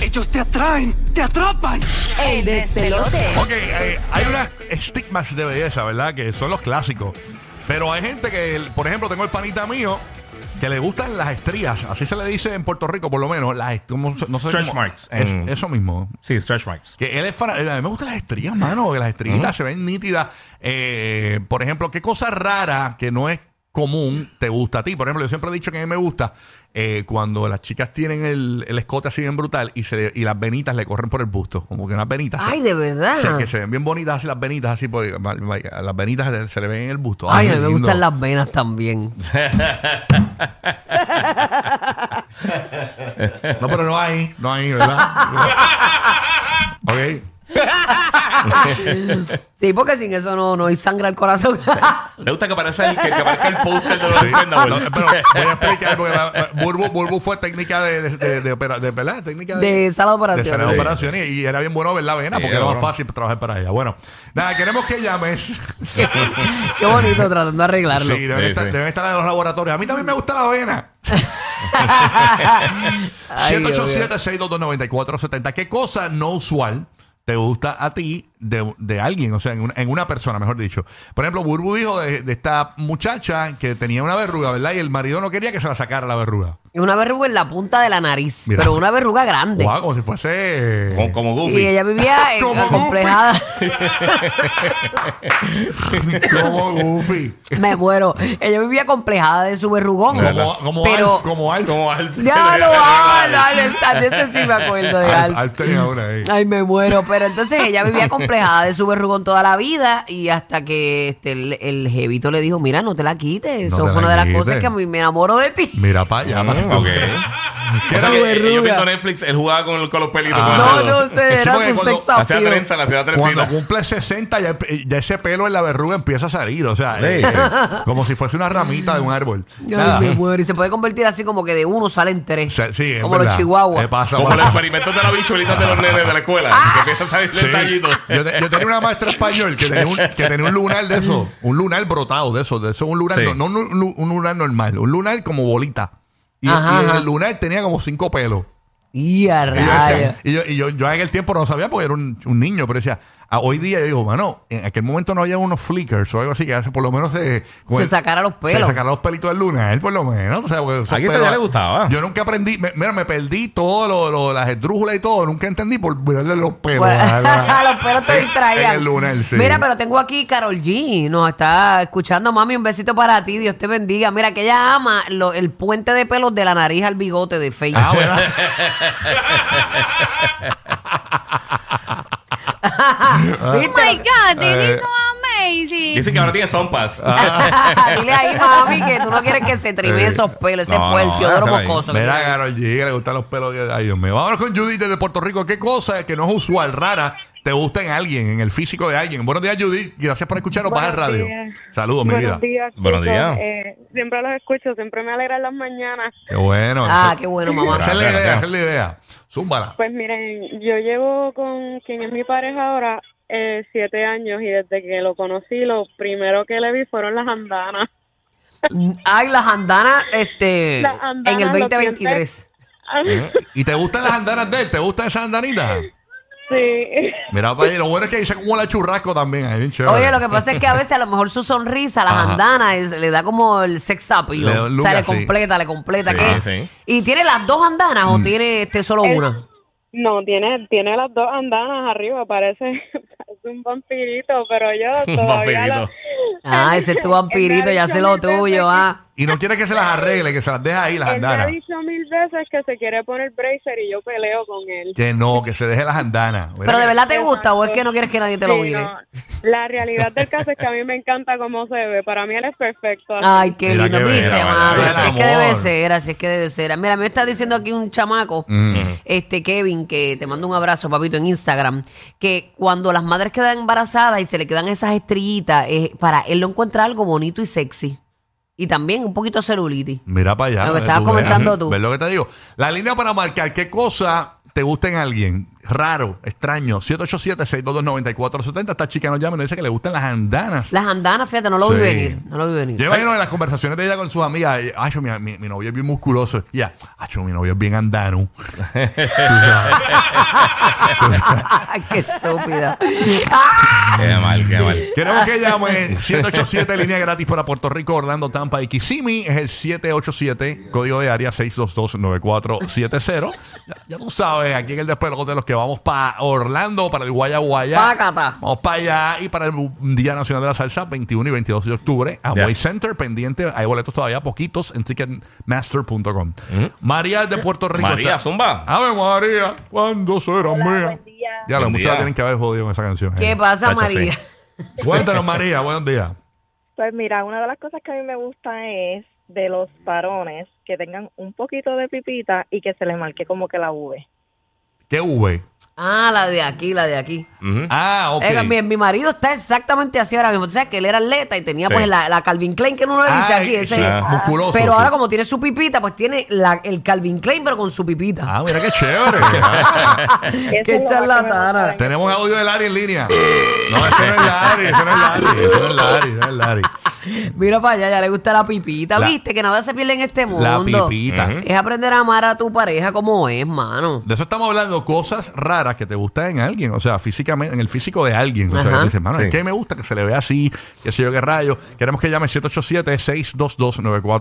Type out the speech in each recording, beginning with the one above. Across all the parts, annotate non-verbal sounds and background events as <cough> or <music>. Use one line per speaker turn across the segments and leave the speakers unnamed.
Ellos te atraen, te atrapan.
El despelote.
Ok, eh, hay unas estigmas de belleza, ¿verdad? Que son los clásicos. Pero hay gente que, el- por ejemplo, tengo el panita mío que le gustan las estrías. Así se le dice en Puerto Rico, por lo menos. Las est- como- no sé
Stretch
cómo-
marks
Es-
en-
eso mismo.
Sí, stretch marks.
Que él es fan- A mí me gustan las estrías, mano. que Las
Mm.
estrellitas se ven nítidas. Eh, por ejemplo, ¿qué cosa rara que no es común te gusta a ti? Por ejemplo, yo siempre he dicho que a mí me gusta eh, cuando las chicas tienen el, el escote así bien brutal y, se, y las venitas le corren por el busto. Como que unas venitas. se-
Ay, de
o sea,
verdad.
que se ven bien bonitas así las venitas, así por, las venitas se- se le ven en el busto.
Ay, a
qué
mí me
lindo.
gustan las venas también.
No, pero no hay, no hay,
<laughs>
¿verdad? ok.
Sí, porque sin eso no, no hay sangre al corazón.
Le gusta que aparezca el, que, que aparezca el póster de los
Sí. No,
Expendables.
pero voy a explicar porque la- la- Burbu, Burbu fue técnica de, de, de, de opera- de- ¿verdad? técnica de,
de sala de
de
operaciones.
salir de
Sí.
operaciones y, y era bien bueno ver la vena
Sí,
porque era más
cabrón.
fácil trabajar para ella. Bueno, nada, queremos que
<laughs>
llames.
Qué bonito tratando de arreglarlo.
Sí, deben,
Sí,
estar,
sí.
deben estar en los laboratorios. A mí también me gusta la avena.
<laughs> Ay, Dios mío.
787-622-9470. ¿Qué cosa no usual te gusta a ti de, de alguien? O sea, en una, en una persona, mejor dicho. Por ejemplo, Burbu dijo de, de esta muchacha que tenía una verruga, ¿verdad? Y el marido no quería que se la sacara la verruga.
Una verruga en la punta de la nariz,
Mira.
pero una verruga grande.
Guau, como si fuese.
Como, como
Y
Goofy.
ella vivía en
Como
acomplejada.
<laughs> como Goofy.
Me muero. Ella vivía complejada de su verrugón.
Como, como
pero...
Alf. Como Alf.
Como Alf.
Ya lo hablo, ese sí me acuerdo de
Alf,
Alf.
Alf tenía una ahí.
Ay, me muero. Pero entonces ella vivía complejada de su verrugón toda la vida y hasta que este, el, el jevito le dijo, mira, no te la quites.
No
Eso
te
fue
la
una de las
quites.
cosas que a mí me enamoro de ti.
Mira para allá. pa'
Mm,
tú.
ok.
¿Qué
O sea
era?
que
verruga.
yo viendo Netflix, él jugaba con, con los pelitos. con
Ah.
el
No,
dedo.
no sé,
Sí,
era
porque
su
cuando-
sex
Hacía
appeal.
trenza, le hacía
Cuando
trencita.
cumple 60, ya, ya ese pelo en la verruga empieza a salir. O sea,
Sí,
eh,
sí.
como si fuese una ramita de un árbol. Nada.
Ay, me muero. Y se puede convertir así como que de uno salen
O
tres.
sea, sí, es
como los
verdad.
chihuahuas.
Eh, pasa,
Como los
pasa.
experimentos de las bichuelitas de los nenes de la escuela.
Ah.
Que empieza a salir
Ah. Sí.
el tallito.
Yo, te- yo tenía una maestra español que tenía, un, que tenía un lunar de eso, un lunar brotado de eso, de eso, un lunar,
Sí.
no, no un, lu- un lunar normal, un lunar como bolita. Y,
Ajá,
y
ajá.
el lunar tenía como cinco pelos.
Y a
Y yo, decía-
rayos.
y yo- y yo- yo en el tiempo no sabía porque era un, un niño, pero decía, a- hoy día yo digo, mano, en aquel momento no había unos flickers o algo así que hace por lo menos se, con
Se
el-
sacara los
Se
pelos.
sacara los pelitos del luna, él por lo menos. O sea, porque esos
A quien se
pelos-
le gustaba.
Yo nunca aprendí, me- mira, me perdí todo, lo, lo- las esdrújulas y todo, nunca entendí por verle los pelos.
Bueno,
a
<laughs>
la-
los pelos te
en-
distraían.
en el lunar, sí.
Mira, pero tengo aquí Carol G. Nos está escuchando, mami. Un besito para ti. Dios te bendiga. Mira, que ella ama lo- el puente de pelos de la nariz al bigote de Faith.
Ah,
<laughs>
bueno. Ah.
Oh my God,
Eh,
this is so amazing.
Dice que ahora tiene sompas.
Ah.
<laughs> Dile ahí, mami, que tú no quieres que se trime
Eh,
esos pelos, ese
no,
puerco,
no,
oro
déjalo ahí.
mocoso. que
Mira,
tiene.
Carol G, que le gustan los pelos. de- Ay, Dios mío. Vámonos con Judith desde Puerto Rico. ¿Qué cosa que no es usual, rara, te gusta en alguien, en el físico de alguien? Buenos días, Judith. Gracias por escucharnos. Baja el
Buenos
radio.
días.
Saludos, mi vida.
Buenos días.
Buenos
chicos.
días.
Eh, siempre los escucho, siempre me alegran las mañanas.
Qué bueno.
Ah, qué bueno, mamá.
Esa es la idea,
Gracias, gracias.
esa es la idea. Zúmbala.
Pues miren, yo llevo con quien es mi pareja ahora eh, siete años y desde que lo conocí, lo primero que le vi fueron las andanas.
Ay, las andanas, este,
Las andanas,
en el
los
2023.
dientes.
¿Eh? ¿Y te gustan las andanas de él? ¿Te gustan esas andanitas?
<laughs> sí.
Mira, para ahí, lo bueno es que ahí se acumula churrasco también. ahí, bien chévere.
Oye, lo que pasa es que a veces a lo mejor su sonrisa, las
Ajá.
andanas, es- le da como el sex appeal.
Le da un
o sea,
look
le
así.
completa, le completa.
Sí,
¿qué?
sí.
¿Y tiene las dos andanas
Mm.
o tiene este solo
Es-
una?
No, tiene, tiene las dos andanas arriba, parece, <laughs> parece un vampirito, pero
<laughs>
yo
Un
todavía... lo-
vampirito.
Ah, ese es tu vampirito,
<laughs> Él me ha
ya
dicho
sé lo
mil veces
tuyo,
que-
ah.
Y no quiere que se las arregle, que se las deje ahí,
<laughs>
las
Él me ha
andanas.
dicho mil veces que se quiere poner bracer y yo peleo con él.
Que no, que se deje las andanas. Mira
Pero de
que-
verdad te gusta o es
Exacto.
que no quieres que nadie te lo
Sí,
mire.
no. La realidad del caso es que a mí me encanta cómo se ve. Para mí él es perfecto. así.
Ay, qué
Mira
lindo,
qué
viste,
bella,
mami.
mira,
Así es
amor.
que debe ser, así es que debe ser. Mira, me está diciendo aquí un chamaco,
Mm.
este Kevin, que te mando un abrazo, papito, en Instagram, que cuando las madres quedan embarazadas y se le quedan esas estrellitas, eh, para él lo encuentra algo bonito y sexy. Y también un poquito celulitis.
Mira para allá.
Lo que
eh,
estabas
tú ves,
comentando
ajá,
tú.
¿Ves lo que te digo? La línea para marcar qué cosa te gusta en alguien. raro, extraño. 787-622-9470. Esta chica nos llama y nos dice que le gustan las andanas.
Las andanas, fíjate, no lo vi
Sí.
venir. No lo vi venir.
Yo imagino en las conversaciones de ella con sus amigas, eh, ay, yo, mi, mi, mi novio es bien musculoso. Y Ya, ay, yo, mi novio es bien andano.
Ay, <laughs> qué estúpida.
Qué mal, qué mal.
Queremos que llamen 787 línea gratis para Puerto Rico, Orlando, Tampa y Kissimmee. Es el 787, código de área 622-9470. Ya, ya tú sabes, aquí en el despego de los que vamos para Orlando, para el Guayaguaya.
Pácata.
Vamos para allá y para el Día Nacional de la Salsa, 21 y 22 de octubre. Amway
Yes.
Center, pendiente. Hay boletos todavía, poquitos, en ticketmaster.com. María es de Puerto Rico.
Mm-hmm. María,
Está-
zumba.
Ave María, ¿cuándo será mía? Ya, lo
Buen
muchos
día.
la tienen que haber jodido con esa canción.
¿Qué
Eh.
pasa,
Tacho, sí.
María?
Cuéntanos, María, buenos días.
Pues mira, una de las cosas que a mí me gusta es de los varones que tengan un poquito de pipita y que se les marque como que la V.
¿Qué V?
Ah, la de aquí, la de aquí.
Ujú.
Ah, ok.
Eh, mi, mi marido está exactamente así ahora mismo. Tú sabes que él era atleta y tenía
Sí.
pues la, la Calvin Klein que uno le dice
Ah,
aquí. ese-
sí,
Ah.
musculoso, sí.
Pero ahora como tiene su pipita, pues tiene la- el Calvin Klein pero con su pipita.
Ah, mira qué <laughs> chévere. Ah,
Eso es lo más que me
charlatana.
gusta.
Tenemos audio de Lari en línea. No, ese no es Lari, ese no es Lari, ese no es Lari, ese no es Lari.
Mira para allá, ya le gusta la pipita.
La-
Viste que nada se pierde en este
La
mundo.
pipita.
Ujú.
Es aprender a amar a tu pareja como es, mano.
De eso estamos hablando, cosas raras que te gustan en alguien, o sea, físicamente, en el físico de alguien. O sea,
Ajá.
que dices, mano,
Sí.
es que me gusta que se le vea así, qué sé yo, qué rayo. Queremos que llame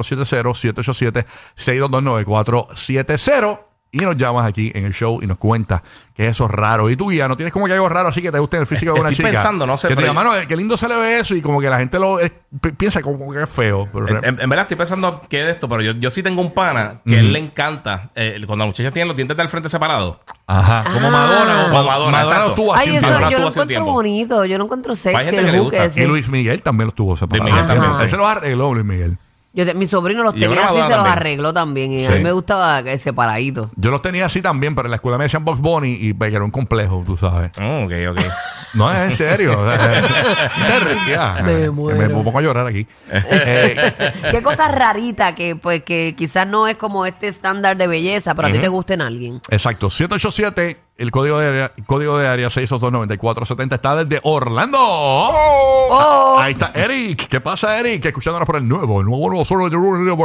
787-622-9470, 787-622-9470 y nos llamas aquí en el show y nos cuentas que eso es raro. Y tú, guía, no tienes como que algo raro así que te guste en el físico de una
Estoy
chica.
pensando, no sé,
Que te
pero
diga, mano, eh, qué lindo se le ve eso y como que la gente lo eh, pi- piensa como que es feo. pero
En,
re-
en- en verdad estoy pensando que es esto, pero yo, yo sí tengo un pana que a él le encanta eh, cuando las muchachas tienen los dientes del frente separados.
Ajá, como
Ah.
Madonna.
Como Madonna, exacto.
lo tuvo así
Ay,
un
eso
tiempo.
Ahora
yo
tú
lo
hace un
encuentro
tiempo.
bonito. Yo lo encuentro sexy,
gente
el
que le
hook
gusta.
ese.
Y Luis Miguel también los tuvo separados.
Luis Miguel
también, sí.
Ah, Ese los arregló Luis Miguel.
Yo te- mi sobrino los
Y una
tenía así, se
Madonna
los
también.
arregló también. Y a mí
Sí.
me gustaba eh, separadito.
Yo los tenía así también, pero en la escuela me decían Box Bunny y me era un complejo, tú sabes.
Oh, ok, ok.
No, es en
<laughs>
serio. <laughs> o sea, te rías.
Me
Que
muero.
pongo a llorar
<laughs>
aquí. Eh,
<laughs>
¿Qué cosa rarita que pues que quizás no es como este estándar de belleza, pero a ti te gusta en alguien?
exacto. 787, el código de área, código de área 6229470 está desde Orlando. Ah,
Oh.
Ahí está Eric. ¿Qué pasa, Eric? Escuchándonos por el nuevo, el nuevo, nuevo solo de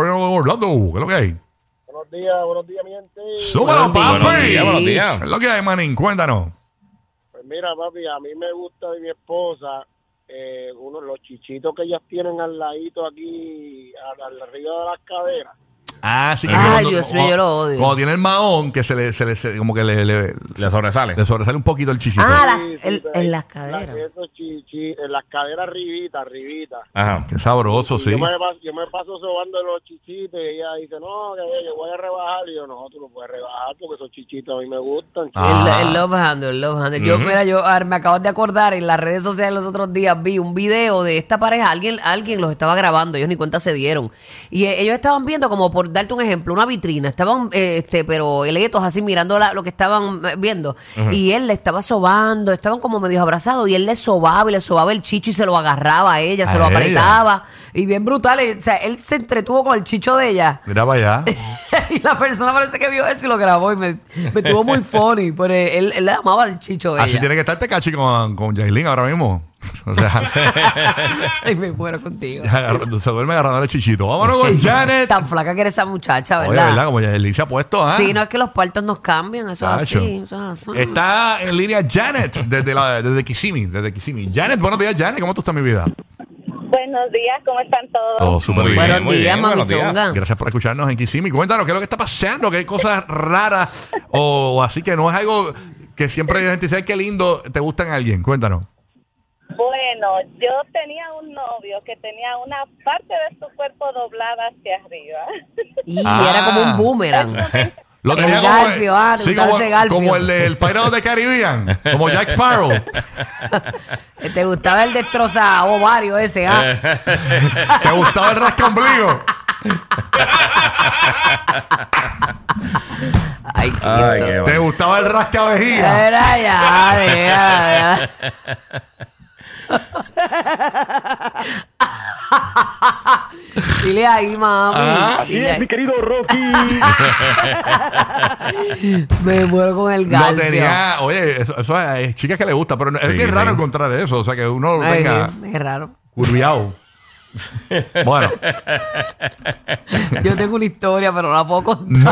Orlando. ¿Qué es lo que hay?
Buenos días, buenos días, mi gente.
¡Súbalo,
Buenos
papi!
buenos días, buenos
¿Qué
días.
es lo que hay, manín? Cuéntanos.
Pues mira, papi, a mí me gusta de mi esposa eh, uno, los chichitos que ellas tienen al ladito aquí, al, al arriba de las caderas.
Ah, sí que
Ay,
cuando-
Dios mío, yo lo odio.
Cuando tiene el mahón, que se le, se le, se- como que le, le-
Le sobresale.
le sobresale un poquito el chichito.
Ah, la-
Sí, sí,
el-
pues,
en las
la-
caderas.
esos chichi, en las caderas arribita, arribita.
Ajá.
Qué sabroso,
Y
sí.
Yo me, paso, yo me paso sobando los chichitos y ella dice, no, que yo voy a rebajar. Y yo, no, tú no puedes rebajar porque esos chichitos a mí me gustan.
Ah.
El, el love handle, el love handle. Yo, mira, yo a ver, me acabo de acordar en las redes sociales los otros días vi un video de esta pareja, alguien, alguien los estaba grabando, ellos ni cuenta se dieron. Y eh, ellos estaban viendo, como por darte un ejemplo, una vitrina, estaban, eh, este, pero eletos así mirando la- lo que estaban eh, viendo. Y él le estaba sobando, estaban como medio abrazados, y él le sobaba y le sobaba el chicho y se lo agarraba a ella, se
¿A
lo
ella?
apretaba. Y bien brutal, eh, o sea, él se entretuvo con el chicho de ella.
Mira para allá.
<laughs> y la persona parece que vio eso y lo grabó y me, me tuvo muy funny. Pero él, él le amaba el chicho de
Así
ella.
tiene que estar Tecachi con, con Yailin ahora mismo. <laughs> O sea, <laughs>
<laughs> Ay, me muero contigo.
agarrando- se duerme agarrando el chichito. Vámonos con Janet.
Tan flaca que eres esa muchacha,
Oye,
¿verdad?
¿verdad? Como Yailin se ha puesto, ¿ah?
Sí, no es que los partos nos cambian, eso es
Chacho.
así, eso es así.
Está en línea Janet desde, la, desde Kissimmee, desde Kissimmee. Janet, buenos días, Janet. ¿Cómo tú estás, mi vida?
Buenos días, ¿cómo están todos?
Todo súper
Muy
bien.
Buenos
muy
días,
bien,
mami
buenos días.
Zonga.
Gracias por escucharnos en Kissimmee. Cuéntanos qué es lo que está pasando, que hay cosas raras o, o así que no es algo que siempre la gente dice, "Ay, qué lindo, te gustan a alguien. Cuéntanos.
Bueno, yo tenía un novio que tenía una parte de su cuerpo doblada hacia arriba.
Y
Ah.
era como
<laughs>
un boomerang.
Lo
El
tenía
Garfio, ah, le
sí,
gustaba
como,
ese Garfio.
como el del Pirate de Caribbean, como Jack Sparrow.
¿Te gustaba el destroza ovario ese?
Eh.
ah?
¿Te gustaba el rascombligo?
Ay, qué
Ay,
lindo.
qué
¿Te
bueno.
gustaba el rascavejía?
Era ya, ya, ya. Dile ahí, mami.
Ah,
Dile ahí.
querido Rocky.
Me muero con el
No
gallo.
tenía, oye, eso, eso es chicas que le gusta, pero no- es
Sí,
bien
sí.
raro encontrar eso, o sea, que uno lo
Ay,
tenga
Dios, es raro.
curviado. bueno,
Yo tengo una historia, pero no la puedo contar.
<laughs> no,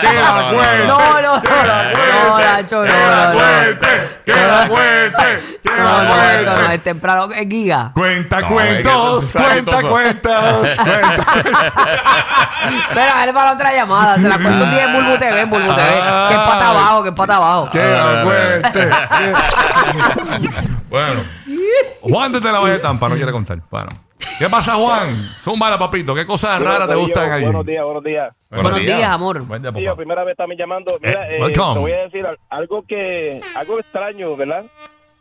que la cuente,
No, no, no. No, Nacho, no,
que la
no, no.
cuente, que la cuente, que
No,
la
no, eso no,
cuente.
es temprano. Es giga.
Cuenta
No,
cuentos,
es que-
cuenta cuentos, <laughs> cuenta
Pero a él para otra llamada. Se la cuento un día en Bulbu TV, en Bulbu TV.
Ah.
Que es pata abajo, que es pata abajo.
Que la cuente. <laughs> bueno. Juan desde la Valle de Tampa no quiere contar. Bueno. ¿Qué pasa, Juan? Zúmbala, papito. ¿Qué cosas raras te gustan ahí?
Buenos días, buenos días.
Buenos días, amor.
Buen día,
Sí, la
papá.
primera vez también llamando. Mira,
Eh,
eh, te
welcome.
voy a decir al- algo que algo extraño, ¿verdad?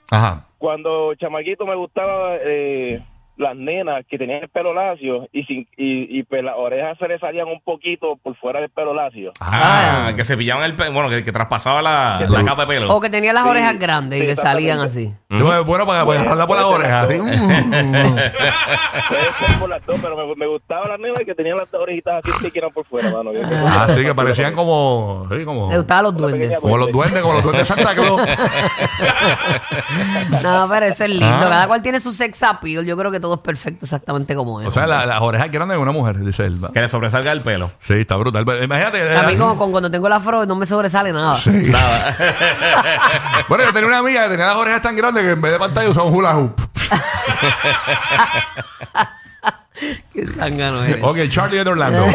Ajá.
Cuando chamaquito me gustaba eh, las nenas que tenían el pelo lacio y sin y, y pues las orejas se le salían un poquito por fuera del pelo lacio.
Ah,
Ah,
que se pillaban el pelo. Bueno, que, que traspasaba la, la capa de pelo.
O que tenía las
Sí,
orejas grandes y
sí,
le salían así.
exactamente.
Yo, bueno, para, para dejarla por las orejas. así.
Puede ser Pues, por las dos, pero me, me gustaban las nenas que tenían las dos orejitas así que eran por fuera, mano. Yo-
Así que parecían como. sí, como.
Le gustaban los
Una
duendes.
pequeña
Como los duendes, como los duendes de Santa Claus.
No, pero eso es lindo.
Ah.
Cada cual tiene su sex appeal. Yo creo que todo es perfecto exactamente como es.
O sea, la- las orejas grandes de una mujer, dice él.
Que le sobresalga el pelo.
Sí, está brutal. Pero Imagínate. eh,
a mí con, con- cuando tengo el afro no me sobresale nada.
Bueno, yo tenía una amiga que tenía las orejas tan grandes que en vez de pantalla usaba un hula hoop.
<laughs> Qué sangano eres.
Ok, Charlie de Orlando.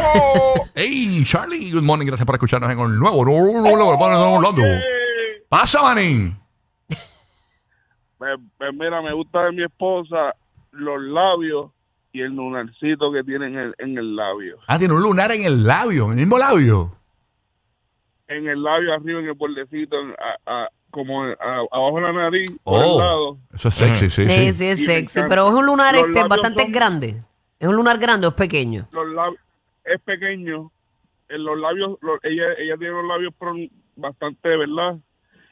hey, Charlie, good morning. Gracias por escucharnos en el nuevo, nuevo, nuevo, nuevo, nuevo Orlando. Pasa, manín.
Pues, pues mira, me gusta de mi esposa los labios y el lunarcito que tiene en el, en el labio.
Ah, tiene un lunar en el labio, en el mismo labio.
En el labio arriba, en el bordecito, en- a- a- como a- abajo de la nariz, por el
Oh,
lado.
eso es sexy, sí,
Sí,
sí.
Eh, sí, es
Y me
sexy.
encanta.
Pero es un lunar
Los
este
labios
bastante
son-
grande. ¿Es un lunar grande o es pequeño?
Los labios, es pequeño. En los labios, lo- ella, ella tiene los labios pron- bastante, ¿verdad?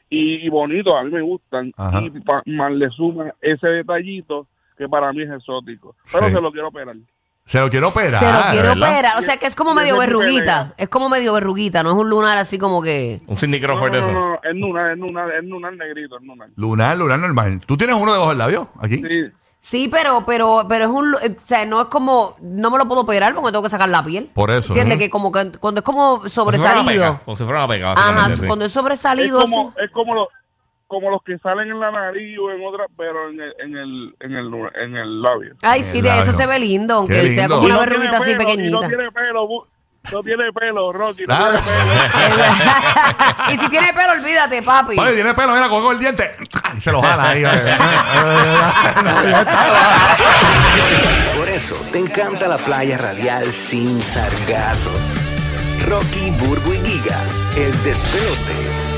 Y, y bonitos, a mí me gustan.
Ajá.
Y pa- más le suma ese detallito que para mí es exótico. Pero
Sí.
se lo quiero operar.
Se lo quiero operar.
Se lo quiero
¿verdad?
operar. O sea, que es como
Y- y
medio
ese es mi
verruguita.
pelea.
Es como medio verruguita. No es un lunar así como que.
Un Cindy
No,
Crawford de
no,
eso.
no, no, es lunar, es lunar, es lunar negrito, es lunar.
Lunar, lunar normal. ¿Tú tienes uno debajo del labio? Aquí.
Sí.
Sí, pero, pero, pero es un. lu- eh, O sea, no es como. No me lo puedo operar porque tengo que sacar la piel.
Por eso.
¿Entiendes?
¿no?
Que como que cuando es como
Como si fuera una
sobresalido.
pega, Como si fuera una pega,
Ajá,
básicamente, sí.
cuando es
es
sobresalido.
como,
así.
es como los como los que salen en la nariz o en otra pero en el en el en el, en el labio
Ay,
En
sí,
el
de eso
labio.
se ve lindo, aunque
Qué
sea
lindo.
como
Y
una
no
verruguita así
tiene pelo, y
pequeñita.
no
<laughs>
tiene pelo bu- no tiene pelo Rocky no
Claro.
tiene pelo.
y si tiene pelo, olvídate, papi.
Oye, tiene pelo, mira, coge el diente. Y se lo jala ahí.
Por eso te encanta la playa radial sin sargazo. Rocky, Burbu y Giga, el despelote.